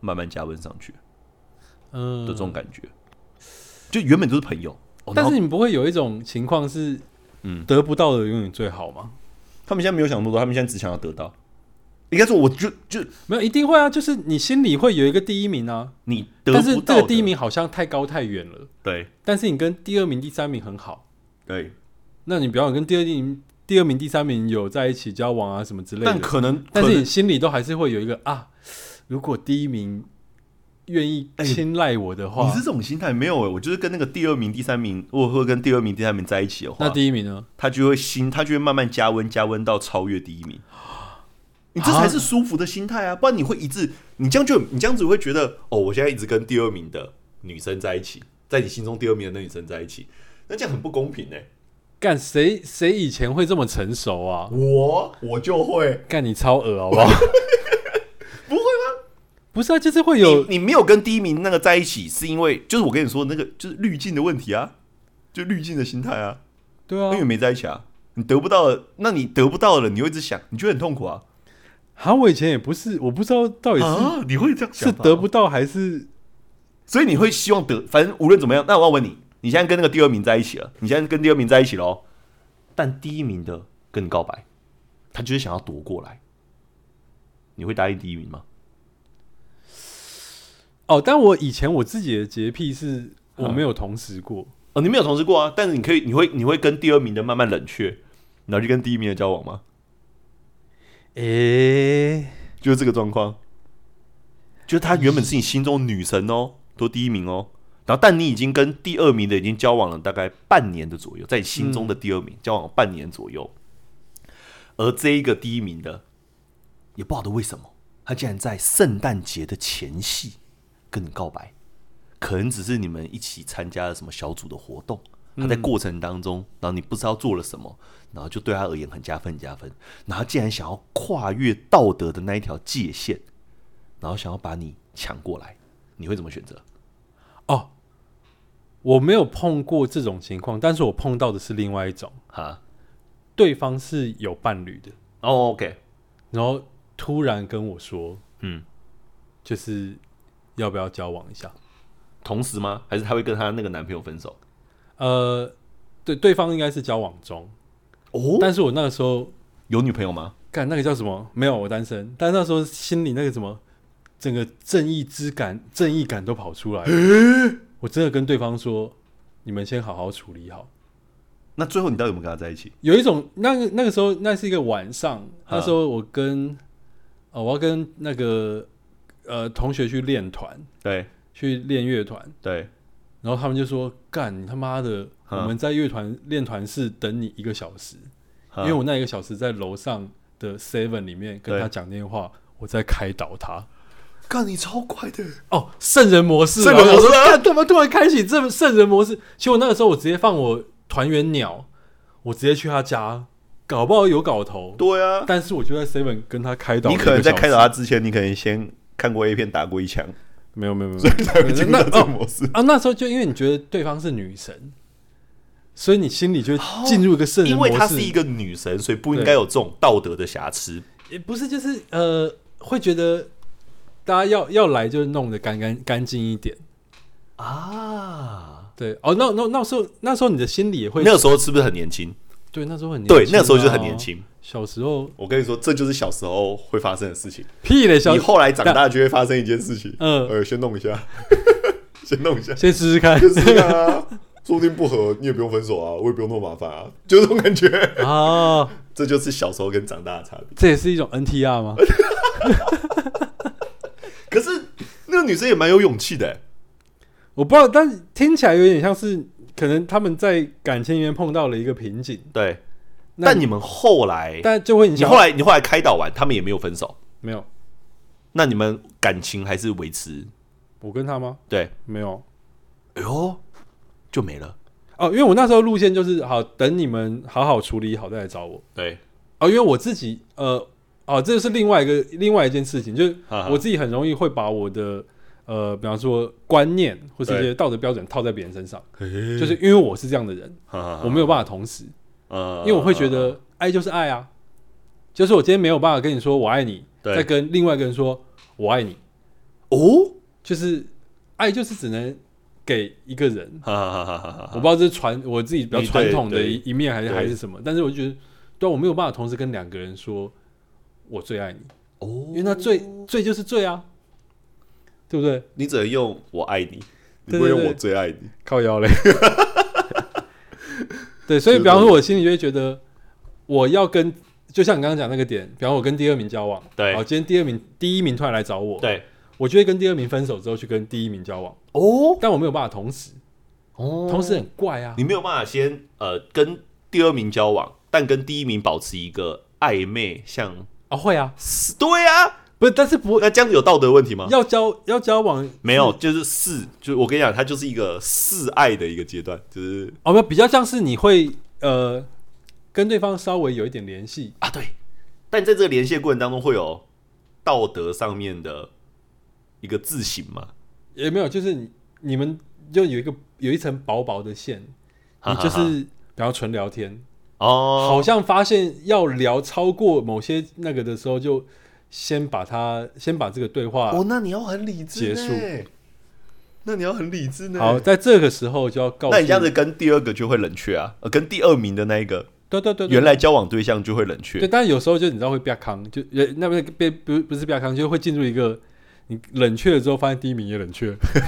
Speaker 1: 慢慢加温上去的
Speaker 2: 嗯，
Speaker 1: 这种感觉。就原本就是朋友，哦、
Speaker 2: 但
Speaker 1: 然后
Speaker 2: 是你不会有一种情况是，
Speaker 1: 嗯
Speaker 2: 得不到的永远最好吗？
Speaker 1: 他们现在没有想那么多，他们现在只想要得到。应该说，我就就
Speaker 2: 没有，一定会啊，就是你心里会有一个第一名啊，
Speaker 1: 你得
Speaker 2: 但
Speaker 1: 不到
Speaker 2: 是这
Speaker 1: 的
Speaker 2: 个第一，名好像太高太远了，
Speaker 1: 对
Speaker 2: 但是你跟第二名、第三名很好，
Speaker 1: 对，
Speaker 2: 那你不要跟第二名、第二名、第三名有在一起交往啊什么之类的，
Speaker 1: 但可能，
Speaker 2: 但
Speaker 1: 可
Speaker 2: 是
Speaker 1: 能
Speaker 2: 你心里都还是会有一个啊，如果第一名愿意
Speaker 1: 哎
Speaker 2: 青睐我的话，
Speaker 1: 你是这种心态没有诶、我就是跟那个第二名、第三名，如果会跟第二名、第三名在一起的
Speaker 2: 那
Speaker 1: 话，
Speaker 2: 第一名呢？
Speaker 1: 他就会心，他就会慢慢加温，加温到超越第一名。
Speaker 2: 啊
Speaker 1: 你这才是舒服的心态啊，不然你会一直，你这样就你这样子会觉得，哦，我现在一直跟第二名的女生在一起，在你心中第二名的那女生在一起，那这样很不公平哎、
Speaker 2: 干谁谁以前会这么成熟啊？
Speaker 1: 我我就会
Speaker 2: 干你超恶好不好？
Speaker 1: 不会吗？
Speaker 2: 不是啊，就是会有
Speaker 1: 你你没有跟第一名那个在一起，是因为就是我跟你说那个就是滤镜的问题啊，就滤镜的心态啊，
Speaker 2: 对
Speaker 1: 因为
Speaker 2: 啊，
Speaker 1: 没在一起啊，你得不到，那你得不到了，你会一直想，你觉得很痛苦啊
Speaker 2: 好，我以前也不是，我不知道到底是、
Speaker 1: 啊，你会这样想
Speaker 2: 是
Speaker 1: 法
Speaker 2: 得，不到还是
Speaker 1: 所以你会希望得，反正无论怎么样，那我要问你，你现在跟那个第二名在一起了，你现在跟第二名在一起喽，但第一名的跟你告白，他就是想要夺过来，你会答应第一名吗？
Speaker 2: 哦。但我以前我自己的洁癖是
Speaker 1: 啊
Speaker 2: 我没有同时过，
Speaker 1: 哦，你没有同时过啊，但是你可以，你会你会跟第二名的慢慢冷却，然后就跟第一名的交往吗？
Speaker 2: 诶、
Speaker 1: 就是这个状况，就是她原本是你心中女神哦，都第一名哦，然后但你已经跟第二名的已经交往了大概半年的左右，在你心中的第二名、交往了半年左右，而这一个第一名的也不晓得为什么，他竟然在圣诞节的前夕跟你告白，可能只是你们一起参加了什么小组的活动。他在过程当中，然后你不知道做了什么，然后就对他而言很加分加分，然后他竟然想要跨越道德的那一条界限，然后想要把你抢过来，你会怎么选择？
Speaker 2: 哦，我没有碰过这种情况，但是我碰到的是另外一种，
Speaker 1: 哈、
Speaker 2: 对方是有伴侣的，
Speaker 1: 哦 o k
Speaker 2: 然后突然跟我说，
Speaker 1: 嗯，
Speaker 2: 就是要不要交往一下？
Speaker 1: 同时吗？还是他会跟他那个男朋友分手？
Speaker 2: 呃，对，对方应该是交往中，
Speaker 1: 哦，
Speaker 2: 但是我那个时候
Speaker 1: 有女朋友吗？
Speaker 2: 干那个叫什么？没有，我单身，但那时候心里那个什么，整个正义之感、正义感都跑出来了。我真的跟对方说，你们先好好处理好。
Speaker 1: 那最后你到底有没有跟他在一起？
Speaker 2: 有一种那个那个时候，那是一个晚上，那时候我跟哦，我要跟那个呃同学去练团，
Speaker 1: 对
Speaker 2: 去练乐团，
Speaker 1: 对，
Speaker 2: 然后他们就说：“干你他妈的，我
Speaker 1: 嗯
Speaker 2: 们在乐团练团室等你一个小时，因为
Speaker 1: 哈
Speaker 2: 我那一个小时在楼上的 Seven 里面跟
Speaker 1: 对
Speaker 2: 他讲电话，我在开导他。
Speaker 1: 干你超快的，
Speaker 2: 哦，圣人模式啊，
Speaker 1: 圣人模式
Speaker 2: 我说
Speaker 1: 啊
Speaker 2: 干他妈突然开启这圣人模式。其实我那个时候我直接放我团员鸟，我直接去他家，搞不好有搞头。
Speaker 1: 对啊，
Speaker 2: 但是我就在 Seven 跟他开导了
Speaker 1: 你
Speaker 2: 一个
Speaker 1: 可能
Speaker 2: 小时，
Speaker 1: 在开导他之前，你可能先看过 A 片，打过一 枪，
Speaker 2: 没有没有没有
Speaker 1: 才 会进入
Speaker 2: 那
Speaker 1: 到这个模式。
Speaker 2: 啊，那时候就因为你觉得对方是女神，所以你心里就进入一个圣人
Speaker 1: 哦因
Speaker 2: 模
Speaker 1: 为
Speaker 2: 式，
Speaker 1: 她是一个女神，所以不应该有这种道德的瑕疵。
Speaker 2: 也不是就是呃，会觉得大家要要来就弄得干干干净一点。
Speaker 1: 啊，
Speaker 2: 对哦，那那那时候那时候你的心里也会
Speaker 1: 那个时候是不是很年轻？
Speaker 2: 对那时候很年
Speaker 1: 对，
Speaker 2: 轻
Speaker 1: 那个时候就是很
Speaker 2: 啊
Speaker 1: 年。轻。
Speaker 2: 小时候
Speaker 1: 我跟你说，这就是小时候会发生的事情。
Speaker 2: 屁嘞，小
Speaker 1: 你后来长大就会发生一件事情。
Speaker 2: 嗯
Speaker 1: 呃，先弄一下， 先弄一下，
Speaker 2: 先试 试看
Speaker 1: 就是这样啊。说不定不合，你也不用分手啊，我也不用那么麻烦啊，就这种感觉。
Speaker 2: 哦，
Speaker 1: 这就是小时候跟长大的差别。
Speaker 2: 这也是一种 NTR 吗？
Speaker 1: 可是那个女生也蛮有勇气的、欸，
Speaker 2: 我不知道，但是听起来有点像是可能他们在感情里面碰到了一个瓶颈，
Speaker 1: 对。
Speaker 2: 那
Speaker 1: 但你们后来，
Speaker 2: 但就会影
Speaker 1: 你
Speaker 2: 响
Speaker 1: 后来，你后来开导完，他们也没有分手，
Speaker 2: 没有
Speaker 1: 那你们感情还是维持？
Speaker 2: 我跟他吗？
Speaker 1: 对，
Speaker 2: 没有
Speaker 1: 哎呦，就没了。
Speaker 2: 哦，因为我那时候路线就是好，等你们好好处理好再来找我
Speaker 1: 对，
Speaker 2: 哦，因为我自己呃哦，这是另外一个另外一件事情，就是
Speaker 1: 哈哈
Speaker 2: 我自己很容易会把我的呃，比方说观念或是一些道德标准套在别人身上，
Speaker 1: 就
Speaker 2: 就是因为我是这样的人，我
Speaker 1: 我
Speaker 2: 没有办法同时，
Speaker 1: 呃
Speaker 2: 因为我会觉得爱就是爱啊，就是我今天没有办法跟你说我爱你，
Speaker 1: 对
Speaker 2: 再跟另外一个人说我爱你，
Speaker 1: 哦，
Speaker 2: 就是爱就是只能给一个人。
Speaker 1: 哈哈哈哈哈
Speaker 2: 我不
Speaker 1: 哈，
Speaker 2: 知道这是传我自己比较
Speaker 1: 你对
Speaker 2: 传统的
Speaker 1: 对
Speaker 2: 一一面还是
Speaker 1: 对
Speaker 2: 还是什么，但是我就觉得，对啊、我没有办法同时跟两个人说我最爱你，
Speaker 1: 哦
Speaker 2: 因为那最最就是最啊，对不对？
Speaker 1: 你只能用“我爱你”，你
Speaker 2: 对
Speaker 1: 不会用“
Speaker 2: 对对
Speaker 1: 我最爱你
Speaker 2: 靠腰嘞。对，所以比方说，我心里就会觉得，我要跟，就像你刚刚讲那个点，比方我跟第二名交往，
Speaker 1: 对
Speaker 2: 好，今天第二名第一名突然来找我，，
Speaker 1: 对，
Speaker 2: 我就会跟第二名分手之后去跟第一名交往，
Speaker 1: 哦
Speaker 2: 但我没有办法同时，
Speaker 1: 哦
Speaker 2: 同时很怪啊，
Speaker 1: 你没有办法先呃跟第二名交往，但跟第一名保持一个暧昧，像
Speaker 2: 啊会啊，
Speaker 1: 是对啊，
Speaker 2: 不是，但是不会
Speaker 1: 那这样子有道德问题吗？
Speaker 2: 要交要交往
Speaker 1: 没有，就是试，就是我跟你讲，它就是一个试爱的一个阶段，就是
Speaker 2: 哦，没有比较像是你会呃跟对方稍微有一点联系，
Speaker 1: 啊对，但在这个连线过程当中会有道德上面的一个自省嘛，
Speaker 2: 也没有，就是你你们就有一个有一层薄薄的线，你就是比方纯聊天，
Speaker 1: 哦，
Speaker 2: 好像发现要聊超过某些那个的时候，就先把它先把这个对话。
Speaker 1: 哦，那你要很理智
Speaker 2: 结
Speaker 1: 呢
Speaker 2: 束，
Speaker 1: 那你要很理智呢。
Speaker 2: 好，，在这个时候就要告诉
Speaker 1: 那你这样子跟第二个就会冷却啊，呃，跟第二名的那一个
Speaker 2: 对对对对
Speaker 1: 原来交往对象就会冷却
Speaker 2: 对，。但有时候就你知道会被康，就呃那边被不不是被康，就会进入一个你冷却了之后，发现第一名也冷却，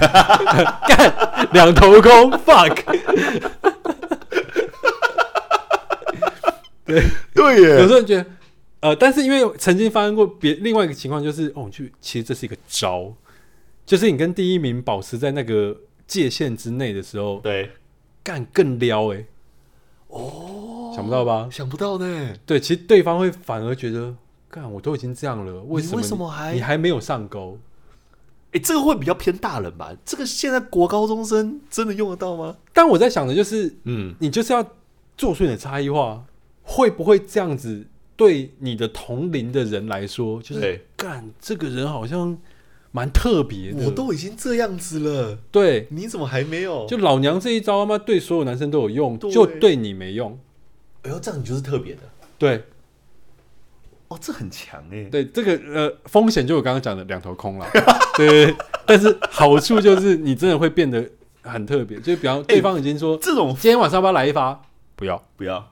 Speaker 2: 干两头空，fuck。
Speaker 1: 对
Speaker 2: 有
Speaker 1: 耶，
Speaker 2: 时候你觉得，呃，但是因为曾经发生过别另外一个情况，就是哦，你去其实这是一个招，就是你跟第一名保持在那个界限之内的时候，
Speaker 1: 对，
Speaker 2: 干更撩哎、哦，想不到吧？
Speaker 1: 想不到呢。
Speaker 2: 对，其实对方会反而觉得，干我都已经这样了，为
Speaker 1: 你
Speaker 2: 什么
Speaker 1: 为什么还
Speaker 2: 你还没有上钩？
Speaker 1: 哎，这个会比较偏大人吧？这个现在国高中生真的用得到吗？
Speaker 2: 但我在想的就是，
Speaker 1: 嗯，
Speaker 2: 你就是要做出你的差异化，会不会这样子对你的同龄的人来说，就是
Speaker 1: 对
Speaker 2: 干这个人好像蛮特别的，
Speaker 1: 我都已经这样子了，
Speaker 2: 对，
Speaker 1: 你怎么还没有？
Speaker 2: 就老娘这一招他妈对所有男生都有用，
Speaker 1: 对
Speaker 2: 就对你没用，
Speaker 1: 哎呦，这样你就是特别的
Speaker 2: 对
Speaker 1: 哦，这很强哎。
Speaker 2: 对，这个呃风险就我刚刚讲的两头 空了，对，但是好处就是你真的会变得很特别，就比方对方已经说、
Speaker 1: 哎这种
Speaker 2: 今天晚上要不要来一发，不要，
Speaker 1: 不要，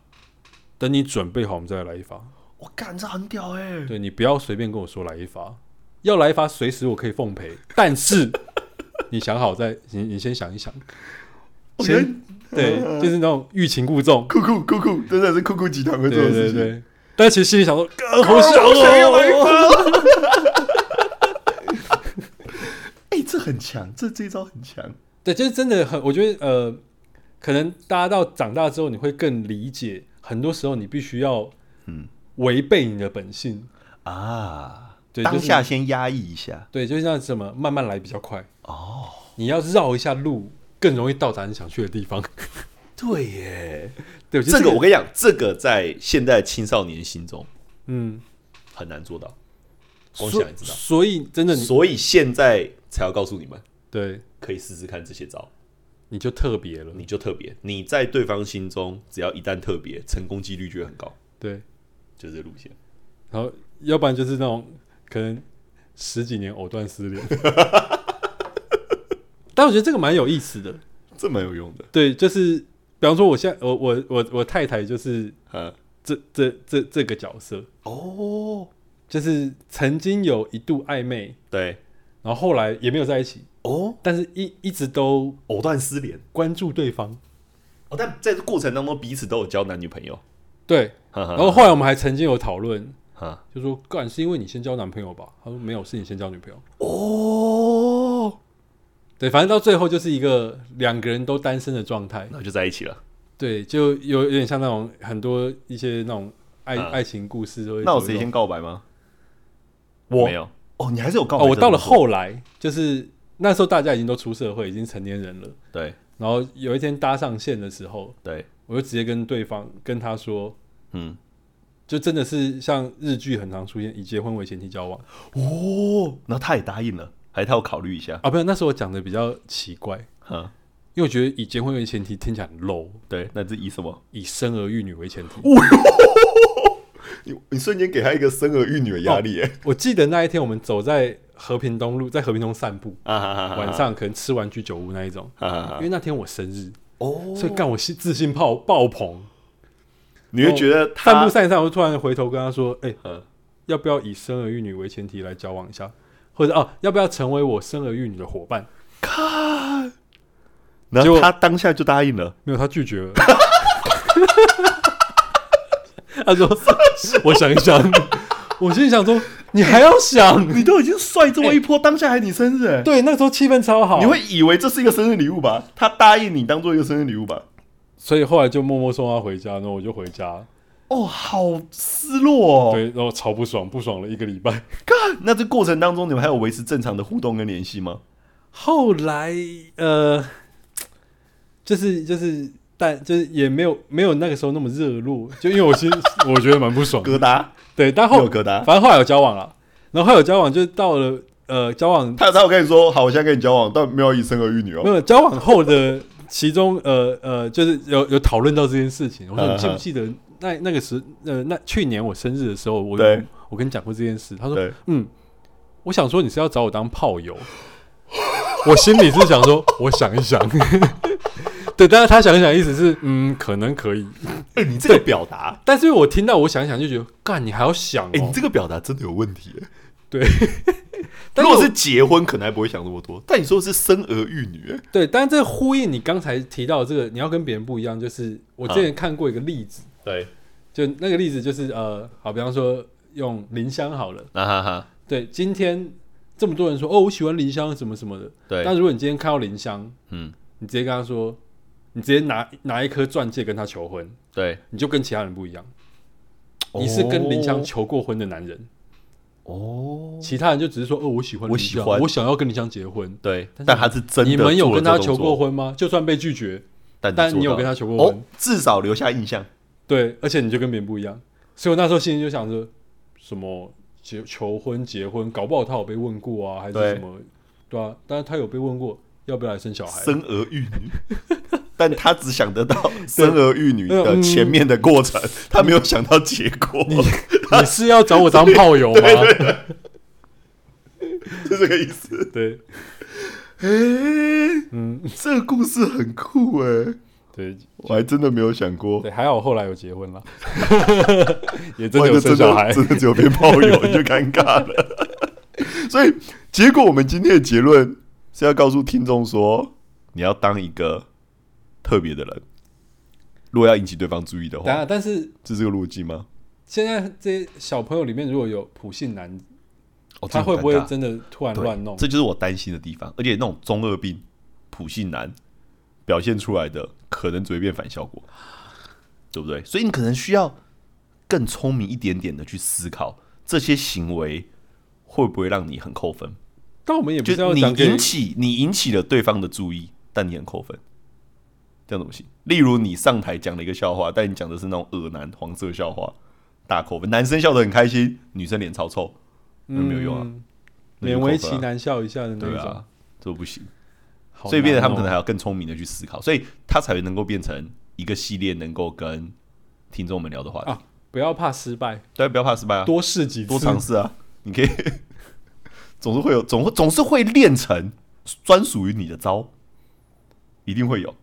Speaker 2: 等你准备好我们再来一发。
Speaker 1: 我干这很屌 哎。
Speaker 2: 对你不要随便跟我说来一发，要来一发随时我可以奉陪，但是你想好再，你你先想一想，
Speaker 1: 我觉得
Speaker 2: 先对，
Speaker 1: 啊
Speaker 2: 就是那种欲擒故纵，
Speaker 1: 酷酷酷酷，真的是酷酷集团会
Speaker 2: 对
Speaker 1: 做的事
Speaker 2: 对
Speaker 1: 情。啊
Speaker 2: 对。但其实心里想说，干好想哦，
Speaker 1: 发。 哎、这很强，这这一招很强。
Speaker 2: 对，就是真的很，我觉得呃，可能大家到长大之后，你会更理解，很多时候你必须要
Speaker 1: 嗯
Speaker 2: 违背你的本性，
Speaker 1: 啊，
Speaker 2: 对，
Speaker 1: 当
Speaker 2: 就是
Speaker 1: 下先压抑一下。
Speaker 2: 对，就像什么慢慢来比较快，
Speaker 1: 哦，
Speaker 2: 你要绕一下路，更容易到达你想去的地方。
Speaker 1: 对耶，
Speaker 2: 对，我觉得
Speaker 1: 这个我跟你讲，这个在现在青少年心中
Speaker 2: 嗯，
Speaker 1: 很难做到，光
Speaker 2: 所
Speaker 1: 想也知道。
Speaker 2: 所以真的你
Speaker 1: 所以现在才要告诉你们，
Speaker 2: 对，
Speaker 1: 可以试试看这些招，
Speaker 2: 你就特别了，
Speaker 1: 你就特别。你在对方心中，只要一旦特别，成功几率就会很高，
Speaker 2: 对，
Speaker 1: 就是这路线。
Speaker 2: 然后要不然就是那种可能十几年藕断丝连，但我觉得这个蛮有意思的，
Speaker 1: 这蛮有用的。
Speaker 2: 对，就是比方说我现在我我我我太太就是
Speaker 1: 嗯，
Speaker 2: 这这这这个角色，
Speaker 1: 哦，
Speaker 2: 就是曾经有一度暧昧，
Speaker 1: 对，
Speaker 2: 然后后来也没有在一起，
Speaker 1: 哦，
Speaker 2: 但是一一直都
Speaker 1: 藕断丝连。
Speaker 2: 关注对方，
Speaker 1: 哦，但在这过程当中，彼此都有交男女朋友。
Speaker 2: 对，
Speaker 1: 然
Speaker 2: 然后后来我们还曾经有讨论，
Speaker 1: 啊，
Speaker 2: 就说干是因为你先交男朋友吧？他说没有，是你先交女朋友。
Speaker 1: 哦，
Speaker 2: 对，反正到最后就是一个两个人都单身的状态。
Speaker 1: 那就在一起了。
Speaker 2: 对，就有有点像那种很多一些那种爱、
Speaker 1: 嗯
Speaker 2: 爱情故事都会。
Speaker 1: 那有谁先？告白吗？
Speaker 2: 我
Speaker 1: 没有。哦，你还是有告白。
Speaker 2: 哦，我到了，后来，就是那时候大家已经都出社会，已经成年人了。
Speaker 1: 对
Speaker 2: 然后有一天搭上线的时候，
Speaker 1: 对，
Speaker 2: 我就直接跟对方跟他说，
Speaker 1: 嗯，
Speaker 2: 就真的是像日剧很常出现，以结婚为前提交往
Speaker 1: 哦，然后他也答应了，还是他要考虑一下。
Speaker 2: 啊，不是那时候我讲的比较奇怪，
Speaker 1: 啊，
Speaker 2: 因为我觉得以结婚为前提听起来很 low，
Speaker 1: 对，那这以什么？
Speaker 2: 以生儿育女为前提。
Speaker 1: 你你瞬间给他一个生儿育女的压力耶！
Speaker 2: 我记得那一天我们走在和平东路，在和平东散步，
Speaker 1: 啊哈哈哈
Speaker 2: 晚上可能吃完居酒屋那一种，
Speaker 1: 哈哈哈
Speaker 2: 因为那天我生日，
Speaker 1: 哦，
Speaker 2: 所以干我自自信爆爆棚。
Speaker 1: 你会觉得
Speaker 2: 散
Speaker 1: 他
Speaker 2: 步散一散，我就突然回头跟他说：“哎、
Speaker 1: 嗯
Speaker 2: 要不要以生儿育女为前提来交往 一下？或者哦，要不要成为我生儿育女的伙伴
Speaker 1: 然
Speaker 2: 结
Speaker 1: 后
Speaker 2: 果
Speaker 1: 他当下就答应了？”。
Speaker 2: 没有，他拒绝了。 他说我想一想， 我心里想说你还要想，
Speaker 1: 你都已经帅这么一波，当下还你生日、哎
Speaker 2: 对，那时候气氛超好，
Speaker 1: 你会以为这是一个生日礼物吧？他答应你当做一个生日礼物吧？
Speaker 2: 所以后来就默默送他回家，然后我就回家，
Speaker 1: 哦，好失落哦。
Speaker 2: 对，然后超不爽，不爽了一个礼拜。
Speaker 1: 干，那这过程当中你们还有维持正常的互动跟联系吗？
Speaker 2: 后来呃，就是就是，但就是也没有没有那个时候那么热络，就因为我 心我觉得蛮不爽的，
Speaker 1: 疙瘩，
Speaker 2: 对，但
Speaker 1: 你
Speaker 2: 后
Speaker 1: 有疙瘩。
Speaker 2: 反正后来有啊交往了，然后后来有交往，就到了呃交 往
Speaker 1: 他他有跟你说，好，我现在跟你交往，但没有以生儿育女
Speaker 2: 没
Speaker 1: 哦。
Speaker 2: 有交往后的其中呃呃，就是有有讨论到这件事情。我说
Speaker 1: 嗯
Speaker 2: 你记不记得那那个时呃那去年我生日的时候，我
Speaker 1: 对
Speaker 2: 我跟你讲过这件事。他说
Speaker 1: 对，
Speaker 2: 嗯，我想说你是要找我当炮友，我心里是想说， 我想一想。对，但是他想一想，意思是嗯，可能可以，
Speaker 1: 哎、你这个表达，
Speaker 2: 但是我听到我想一想就觉得，干，你还要想哦
Speaker 1: 哎、，你这个表达真的有问题。哎
Speaker 2: 但
Speaker 1: 如
Speaker 2: 我
Speaker 1: 果是结婚，可能还不会想这么多，但你说的是生儿育女，哎
Speaker 2: 对，但是这呼应你刚才提到的这个，你要跟别人不一样，就是我之
Speaker 1: 啊
Speaker 2: 前看过一个例子，
Speaker 1: 对，
Speaker 2: 就那个例子就是呃，好，比方说用林香好了，
Speaker 1: 啊哈哈，
Speaker 2: 对，今天这么多人说哦，我喜欢林香什么什么的，但
Speaker 1: 对，
Speaker 2: 如果你今天看到林香，
Speaker 1: 嗯，
Speaker 2: 你直接跟他说，你直接拿拿一颗钻戒跟他求婚，
Speaker 1: 对，
Speaker 2: 你就跟其他人不一样，你是跟林香求过婚的男人，
Speaker 1: 哦，
Speaker 2: 其他人就只是说哦，我喜欢
Speaker 1: 我
Speaker 2: 林
Speaker 1: 喜
Speaker 2: 香，
Speaker 1: 欢
Speaker 2: 我想要跟林香结婚。
Speaker 1: 对，
Speaker 2: 但是
Speaker 1: 但他是真的，
Speaker 2: 你们有跟他求过，婚吗？就算被拒绝，
Speaker 1: 但
Speaker 2: 但
Speaker 1: 做
Speaker 2: 你有
Speaker 1: 到
Speaker 2: 跟他求过
Speaker 1: 哦
Speaker 2: 婚，
Speaker 1: 至少留下印象。
Speaker 2: 对，而且你就跟别人不一样，所以我那时候心里就想着，什么结求婚、结婚，搞不好他有被问过啊，还是
Speaker 1: 对
Speaker 2: 什么，对啊，但是他有被问过要不要来生小孩，
Speaker 1: 生儿育女， 但他只想得到生儿育女的
Speaker 2: 嗯
Speaker 1: 前面的过程，他没有想到结果，
Speaker 2: 你是要找我当炮友吗？
Speaker 1: 是这个意 思。
Speaker 2: 对，
Speaker 1: 哎，
Speaker 2: 嗯，
Speaker 1: 这个故事很酷哎，
Speaker 2: 对
Speaker 1: 我还真的没有想过。
Speaker 2: 对，还好后来有结 婚了，也真
Speaker 1: 哇
Speaker 2: 的有
Speaker 1: 那
Speaker 2: 生
Speaker 1: 真
Speaker 2: 小孩
Speaker 1: 的，真的只有变炮友你就尴尬了。 所以结果我们今天的结论是要告诉听众说，你要当一个特别的人，如果要引起对方注意的
Speaker 2: 当
Speaker 1: 话，
Speaker 2: 然，但是
Speaker 1: 是这个逻辑吗？
Speaker 2: 现在这些小朋友里面如果有普信男，
Speaker 1: 哦
Speaker 2: 他会不会
Speaker 1: 这很尴尬
Speaker 2: 真的突然
Speaker 1: 对
Speaker 2: 乱弄？
Speaker 1: 这就是我担心的地方，而且那种中二病、普信男表现出来的，可能只会变反效果，对不对？所以你可能需要更聪明一点点的去思考这些行为会不会让你很扣分，
Speaker 2: 但我们也不是
Speaker 1: 就
Speaker 2: 要
Speaker 1: 你
Speaker 2: 讲给
Speaker 1: 引起你引起了对方的注意，但你很扣分。这样怎么行？例如你上台讲了一个笑话，但你讲的是那种恶男黄色笑话，大扣分。男生笑得很开心，女生脸超臭，那没有用啊
Speaker 2: 嗯
Speaker 1: 那就
Speaker 2: 勉
Speaker 1: 扣分
Speaker 2: 为
Speaker 1: 啊
Speaker 2: 其难笑一下的那
Speaker 1: 对
Speaker 2: 种
Speaker 1: 啊。，这不行。
Speaker 2: 好
Speaker 1: 所以变得他
Speaker 2: 难
Speaker 1: 们可
Speaker 2: 哦
Speaker 1: 能还要更聪明的去思考，所以他才能够变成一个系列能够跟听众们聊的话题。
Speaker 2: 啊不要怕失败，
Speaker 1: 对，不要怕失败啊，多
Speaker 2: 多试几次，
Speaker 1: 多尝试啊，你可以总是会有，总会总是会练成专属于你的招，一定会有。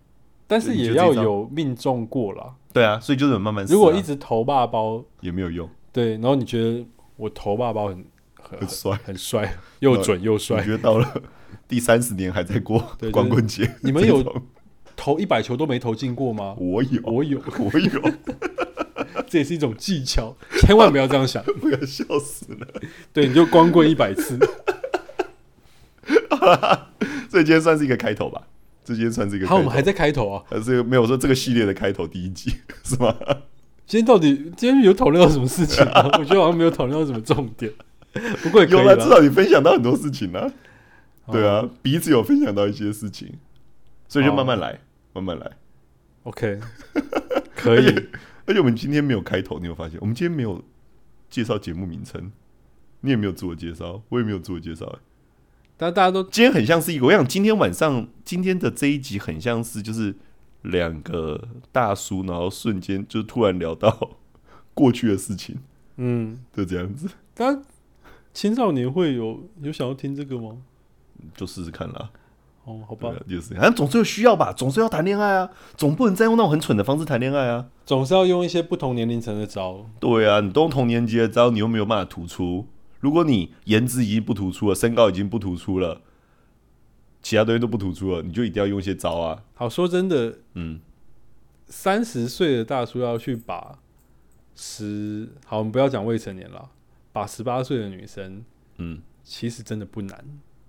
Speaker 2: 但是
Speaker 1: 你就自
Speaker 2: 也
Speaker 1: 己
Speaker 2: 要
Speaker 1: 知道
Speaker 2: 有命中过啦。
Speaker 1: 对啊，所以就是慢慢试啊、
Speaker 2: 如果一直投霸包，
Speaker 1: 也没有用，
Speaker 2: 对，然后你觉得我投霸包很很
Speaker 1: 很 衰。
Speaker 2: 很帅，又准又
Speaker 1: 我
Speaker 2: 帅，
Speaker 1: 呃觉得到了第三十年还在过
Speaker 2: 对就是
Speaker 1: 光棍节这种，
Speaker 2: 你们有投一百球都没投进过吗？
Speaker 1: 我有，
Speaker 2: 我有，
Speaker 1: 我有，
Speaker 2: 这也是一种技巧，千万不要这 样想。
Speaker 1: 我要笑死了。
Speaker 2: 对，你就光棍一百次，
Speaker 1: 所以今天算是一个开头吧，这今天算是一个开
Speaker 2: 好，
Speaker 1: 头。
Speaker 2: 我们还在开头啊。
Speaker 1: 还是没有我说这个系列的开头第一集 是吗？
Speaker 2: 今天到底今天有讨论到什么事情 啊？我觉得好像没有讨论到什么重点，不过也可
Speaker 1: 有
Speaker 2: 以
Speaker 1: 啦，
Speaker 2: 啦哦
Speaker 1: 至少你分享到很多事情啦。
Speaker 2: 好
Speaker 1: 对啊，彼此有分享到一些事情，所以就慢慢
Speaker 2: 哦
Speaker 1: 来，慢慢来。
Speaker 2: ，OK，可以。
Speaker 1: 而且我们今天没有开头，你有发现？我们今天没有介绍节目名称，你也没有自我介绍，我也没有自我介绍、欸
Speaker 2: 但大家都
Speaker 1: 今天很像是一个，我想今天晚上今天的这一集很像是就是两个大叔，然后瞬间就突然聊到过去的事情，
Speaker 2: 嗯，
Speaker 1: 就这样子，
Speaker 2: 大家青少年会有有想要听这个吗？
Speaker 1: 就试试看啦。
Speaker 2: 哦，好吧
Speaker 1: 对，啊，就是，反正总是有需要吧，总是要谈恋爱啊，总不能再用那种很蠢的方式谈恋爱啊。
Speaker 2: 总是要用一些不同年龄层的招。
Speaker 1: 对啊，你都用同年级的招，你又没有办法突出。如果你颜值已经不突出了，身高已经不突出了，其他东西都不突出了，你就一定要用一些招啊。
Speaker 2: 好，说真的，
Speaker 1: 嗯，
Speaker 2: 三十岁的大叔要去把十，好，我们不要讲未成年了，把十八岁的女生，
Speaker 1: 嗯，
Speaker 2: 其实真的不难，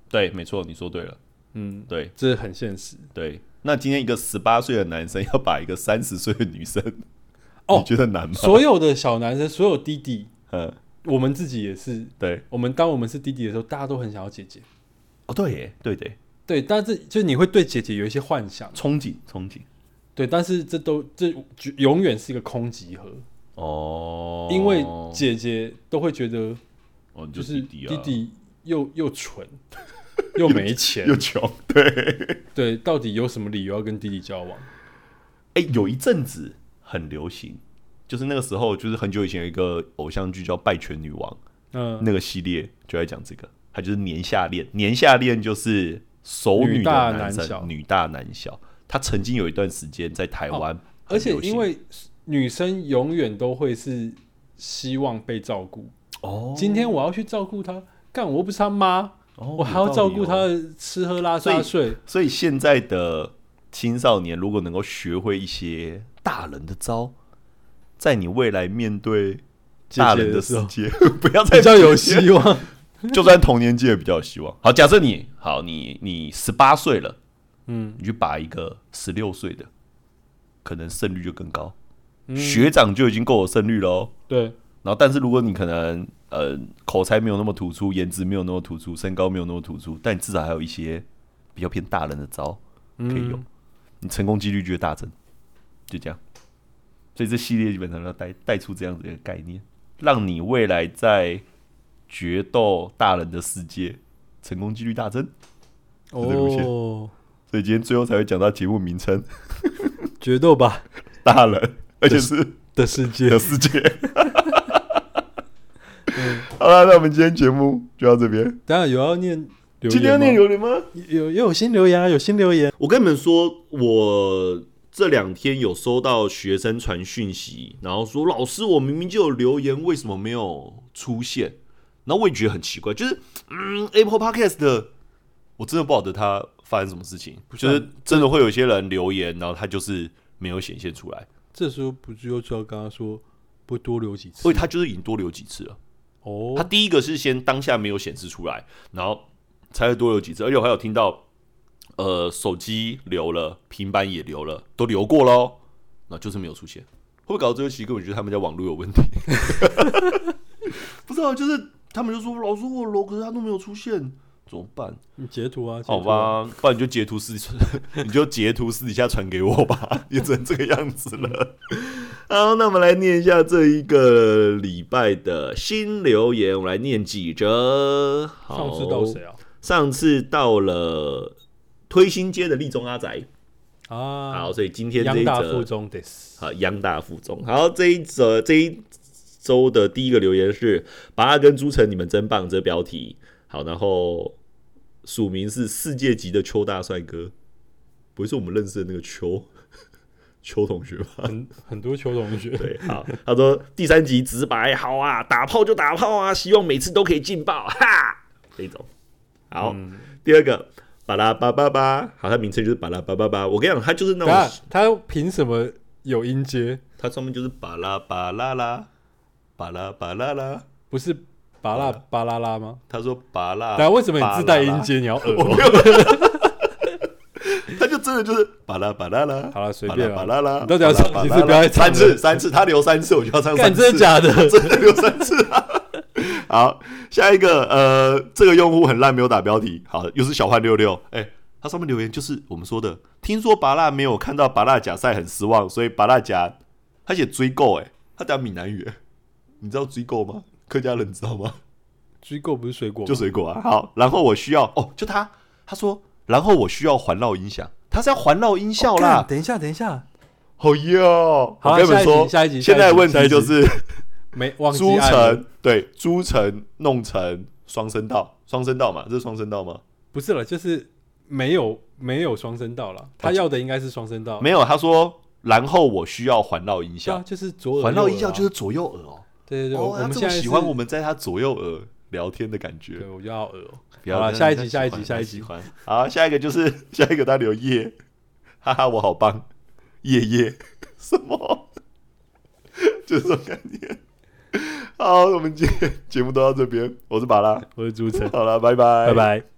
Speaker 1: 对，没错，你说对了，
Speaker 2: 嗯，
Speaker 1: 对
Speaker 2: 这很现实。
Speaker 1: 对。那今天一个十八岁的男生要把一个三十岁的女生，
Speaker 2: 哦
Speaker 1: 你觉得难吗？
Speaker 2: 所有的小男生，所有弟弟，
Speaker 1: 嗯，
Speaker 2: 我们自己也是，
Speaker 1: 对，
Speaker 2: 我们当我们是弟弟的时候，大家都很想要姐姐，
Speaker 1: 哦，对耶，对对，
Speaker 2: 对，但是就你会对姐姐有一些幻想，
Speaker 1: 憧憬，憧憬，
Speaker 2: 对，但是这都这绝永远是一个空集合，
Speaker 1: 哦，
Speaker 2: 因为姐姐都会觉得
Speaker 1: 哦，你就
Speaker 2: 就
Speaker 1: 是弟
Speaker 2: 弟
Speaker 1: 啊，
Speaker 2: 弟又又蠢又没钱
Speaker 1: 又，穷，对，
Speaker 2: 对，到底有什么理由要跟弟弟交往？
Speaker 1: 哎、有一阵子很流行，就是那个时候，就是很久以前有一个偶像剧叫《拜权女王》，
Speaker 2: 嗯，
Speaker 1: 那个系列就在讲这个，它就是年下恋，年下恋就是熟女
Speaker 2: 女
Speaker 1: 的
Speaker 2: 大
Speaker 1: 男
Speaker 2: 男
Speaker 1: 生
Speaker 2: 小哦
Speaker 1: 女大男小，他曾经有一段时间在台湾很流行、
Speaker 2: 而且因为女生永远都会是希望被照顾，
Speaker 1: 哦，
Speaker 2: 今天我要去照顾她，干我又不是她妈，
Speaker 1: 哦
Speaker 2: 我还要照顾她，
Speaker 1: 有道理哦
Speaker 2: 的吃喝拉撒睡，
Speaker 1: 所以现在的青少年如果能够学会一些大人的招，在你未来面对
Speaker 2: 姐
Speaker 1: 大
Speaker 2: 姐
Speaker 1: 人
Speaker 2: 的时
Speaker 1: 世
Speaker 2: 候
Speaker 1: 界， 不要再
Speaker 2: 比较有
Speaker 1: 希
Speaker 2: 希 望。
Speaker 1: 就算童年界也比较有希望。好，假设你好，你你十八岁了，
Speaker 2: 嗯，
Speaker 1: 你去把一个十六岁的，可能胜率就更高。
Speaker 2: 嗯
Speaker 1: 学长就已经够有胜率喽。
Speaker 2: 对，
Speaker 1: 然后，但是如果你可能呃口才没有那么突出，颜值没有那么突出，身高没有那么突出，但你至少还有一些比较偏大人的招可以用，
Speaker 2: 嗯
Speaker 1: 你成功几率就会大增。就这样，所以这系列基本上要带带出这样子的一个概念，让你未来在决斗大人的世界成功几率大增。这个路线
Speaker 2: 哦，
Speaker 1: 所以今天最后才会讲到节目名称 “
Speaker 2: 决斗吧
Speaker 1: 大人”，而且是
Speaker 2: 的世 界
Speaker 1: 的。世 界。好了，那我们今天节目就到这边。
Speaker 2: 当然有要念留言吗，
Speaker 1: 今天要念榴莲吗？
Speaker 2: 有有新留言啊，有新留言。
Speaker 1: 我跟你们说，我这两天有收到学生传讯息，然后说老师，我明明就有留言，为什么没有出现？然后我也觉得很奇怪，就是嗯，Apple Podcast 的，我真的不晓得他发生什么事情，就是真的会有些人留言，然后他就是没有显现出来，
Speaker 2: 这时候不就又就要跟他说，不多留几次
Speaker 1: 所以他就是已经多留几次了。他
Speaker 2: 哦，
Speaker 1: 第一个是先当下没有显示出来，然后才会多留几次，而且我还有听到，呃，手机留了，平板也留了，都留过喽，那就是没有出现。会不会搞到最后，其实根本就是他们家网络有问题？不知道，就是他们就说老师我有留，可是他都没有出现，怎么办？
Speaker 2: 你截图啊，截
Speaker 1: 好
Speaker 2: 图啊，
Speaker 1: 吧，不然你就截图私， 你就截图私底下传给我吧， 也只能这个样子了。 好，那我们来念一下这一个礼拜的新留言，我们来念几则。好
Speaker 2: 上次到谁啊？
Speaker 1: 上次到了推新街的立中阿宅。
Speaker 2: 啊，
Speaker 1: 好，所以今天这
Speaker 2: 杨
Speaker 1: 一
Speaker 2: 大附
Speaker 1: 则
Speaker 2: 中 this，
Speaker 1: 好，啊央大附中。好，这一则这一周的第一个留言是“拔阿跟朱晨，你们真棒”这标题。好，然后署名是世界级的邱大帅哥，不会是我们认识的那个邱邱同学吧？
Speaker 2: 很很多邱同学，
Speaker 1: 对，好，他说第三集直白，好啊，打炮就打炮啊，希望每次都可以劲爆，哈，这种。好，
Speaker 2: 嗯
Speaker 1: 第二个巴拉巴巴巴，好，他名称就是巴拉巴巴巴。我跟你讲，他就是那
Speaker 2: 等下
Speaker 1: 种，
Speaker 2: 他凭什么有音阶？
Speaker 1: 它上面就是巴拉巴拉啦，巴拉巴拉啦。
Speaker 2: 不是巴拉
Speaker 1: 啊
Speaker 2: 巴拉拉吗？
Speaker 1: 他说巴拉，
Speaker 2: 等下为什么你自带音？阶你要恶哦？
Speaker 1: 他就真的就是巴拉巴拉啦。
Speaker 2: 好了随便啦
Speaker 1: 巴拉巴拉啦。
Speaker 2: 你到底要唱
Speaker 1: 巴拉巴拉啦
Speaker 2: 你是不要再唱
Speaker 1: 三
Speaker 2: 了
Speaker 1: 次，三次，他留三次，我就要唱三
Speaker 2: 干
Speaker 1: 次。
Speaker 2: 真的假的？
Speaker 1: 真的留三次啊！ 好，下一个，呃，这个用户很烂，没有打标题。好，又是小幻六六，哎，他上面留言就是我们说的，听说拔蜡没有看到拔蜡假赛，很失望，所以拔蜡假他写追购，哎，他讲闽南语，哎你知道追购吗？客家人知道吗？
Speaker 2: 追购不是水果吗，
Speaker 1: 就水果啊。好，然后我需要，哦，就他，他说，然后我需要环绕音响，他是要环绕音效
Speaker 2: 哦干
Speaker 1: 啦。
Speaker 2: 等一下，等一下，
Speaker 1: 好哟，
Speaker 2: 好
Speaker 1: 我跟你们说，
Speaker 2: 下一集下一集
Speaker 1: 现在问
Speaker 2: 下一
Speaker 1: 题
Speaker 2: 集
Speaker 1: 就是。
Speaker 2: 没忘记
Speaker 1: 朱
Speaker 2: 按了
Speaker 1: 城对朱城弄成双声道，双声道嘛，这是双声道吗？
Speaker 2: 不是了，就是没有没有双声道了，他要的应该是双声道，
Speaker 1: 啊没有，他说，然后我需要环绕音
Speaker 2: 对啊
Speaker 1: 效，
Speaker 2: 就是左耳
Speaker 1: 环绕音效
Speaker 2: 效
Speaker 1: 就是左右耳哦。
Speaker 2: 对对对，
Speaker 1: 哦，
Speaker 2: 我
Speaker 1: 他
Speaker 2: 们
Speaker 1: 这
Speaker 2: 现在
Speaker 1: 么喜欢
Speaker 2: 是
Speaker 1: 我，们在他左右耳聊天的感觉
Speaker 2: 对。我就要耳哦。
Speaker 1: 不要
Speaker 2: 好啦
Speaker 1: 真的
Speaker 2: 下一集
Speaker 1: 他喜
Speaker 2: 下
Speaker 1: 欢
Speaker 2: 一集下一
Speaker 1: 他
Speaker 2: 集
Speaker 1: 喜欢。好，下一个就是 下一个他留夜，哈哈，我好棒，夜夜什么？就这种概念。好，我们今天节目都到这边，我是巴拉，
Speaker 2: 我是朱晨，
Speaker 1: 好了，拜拜，
Speaker 2: 拜。拜。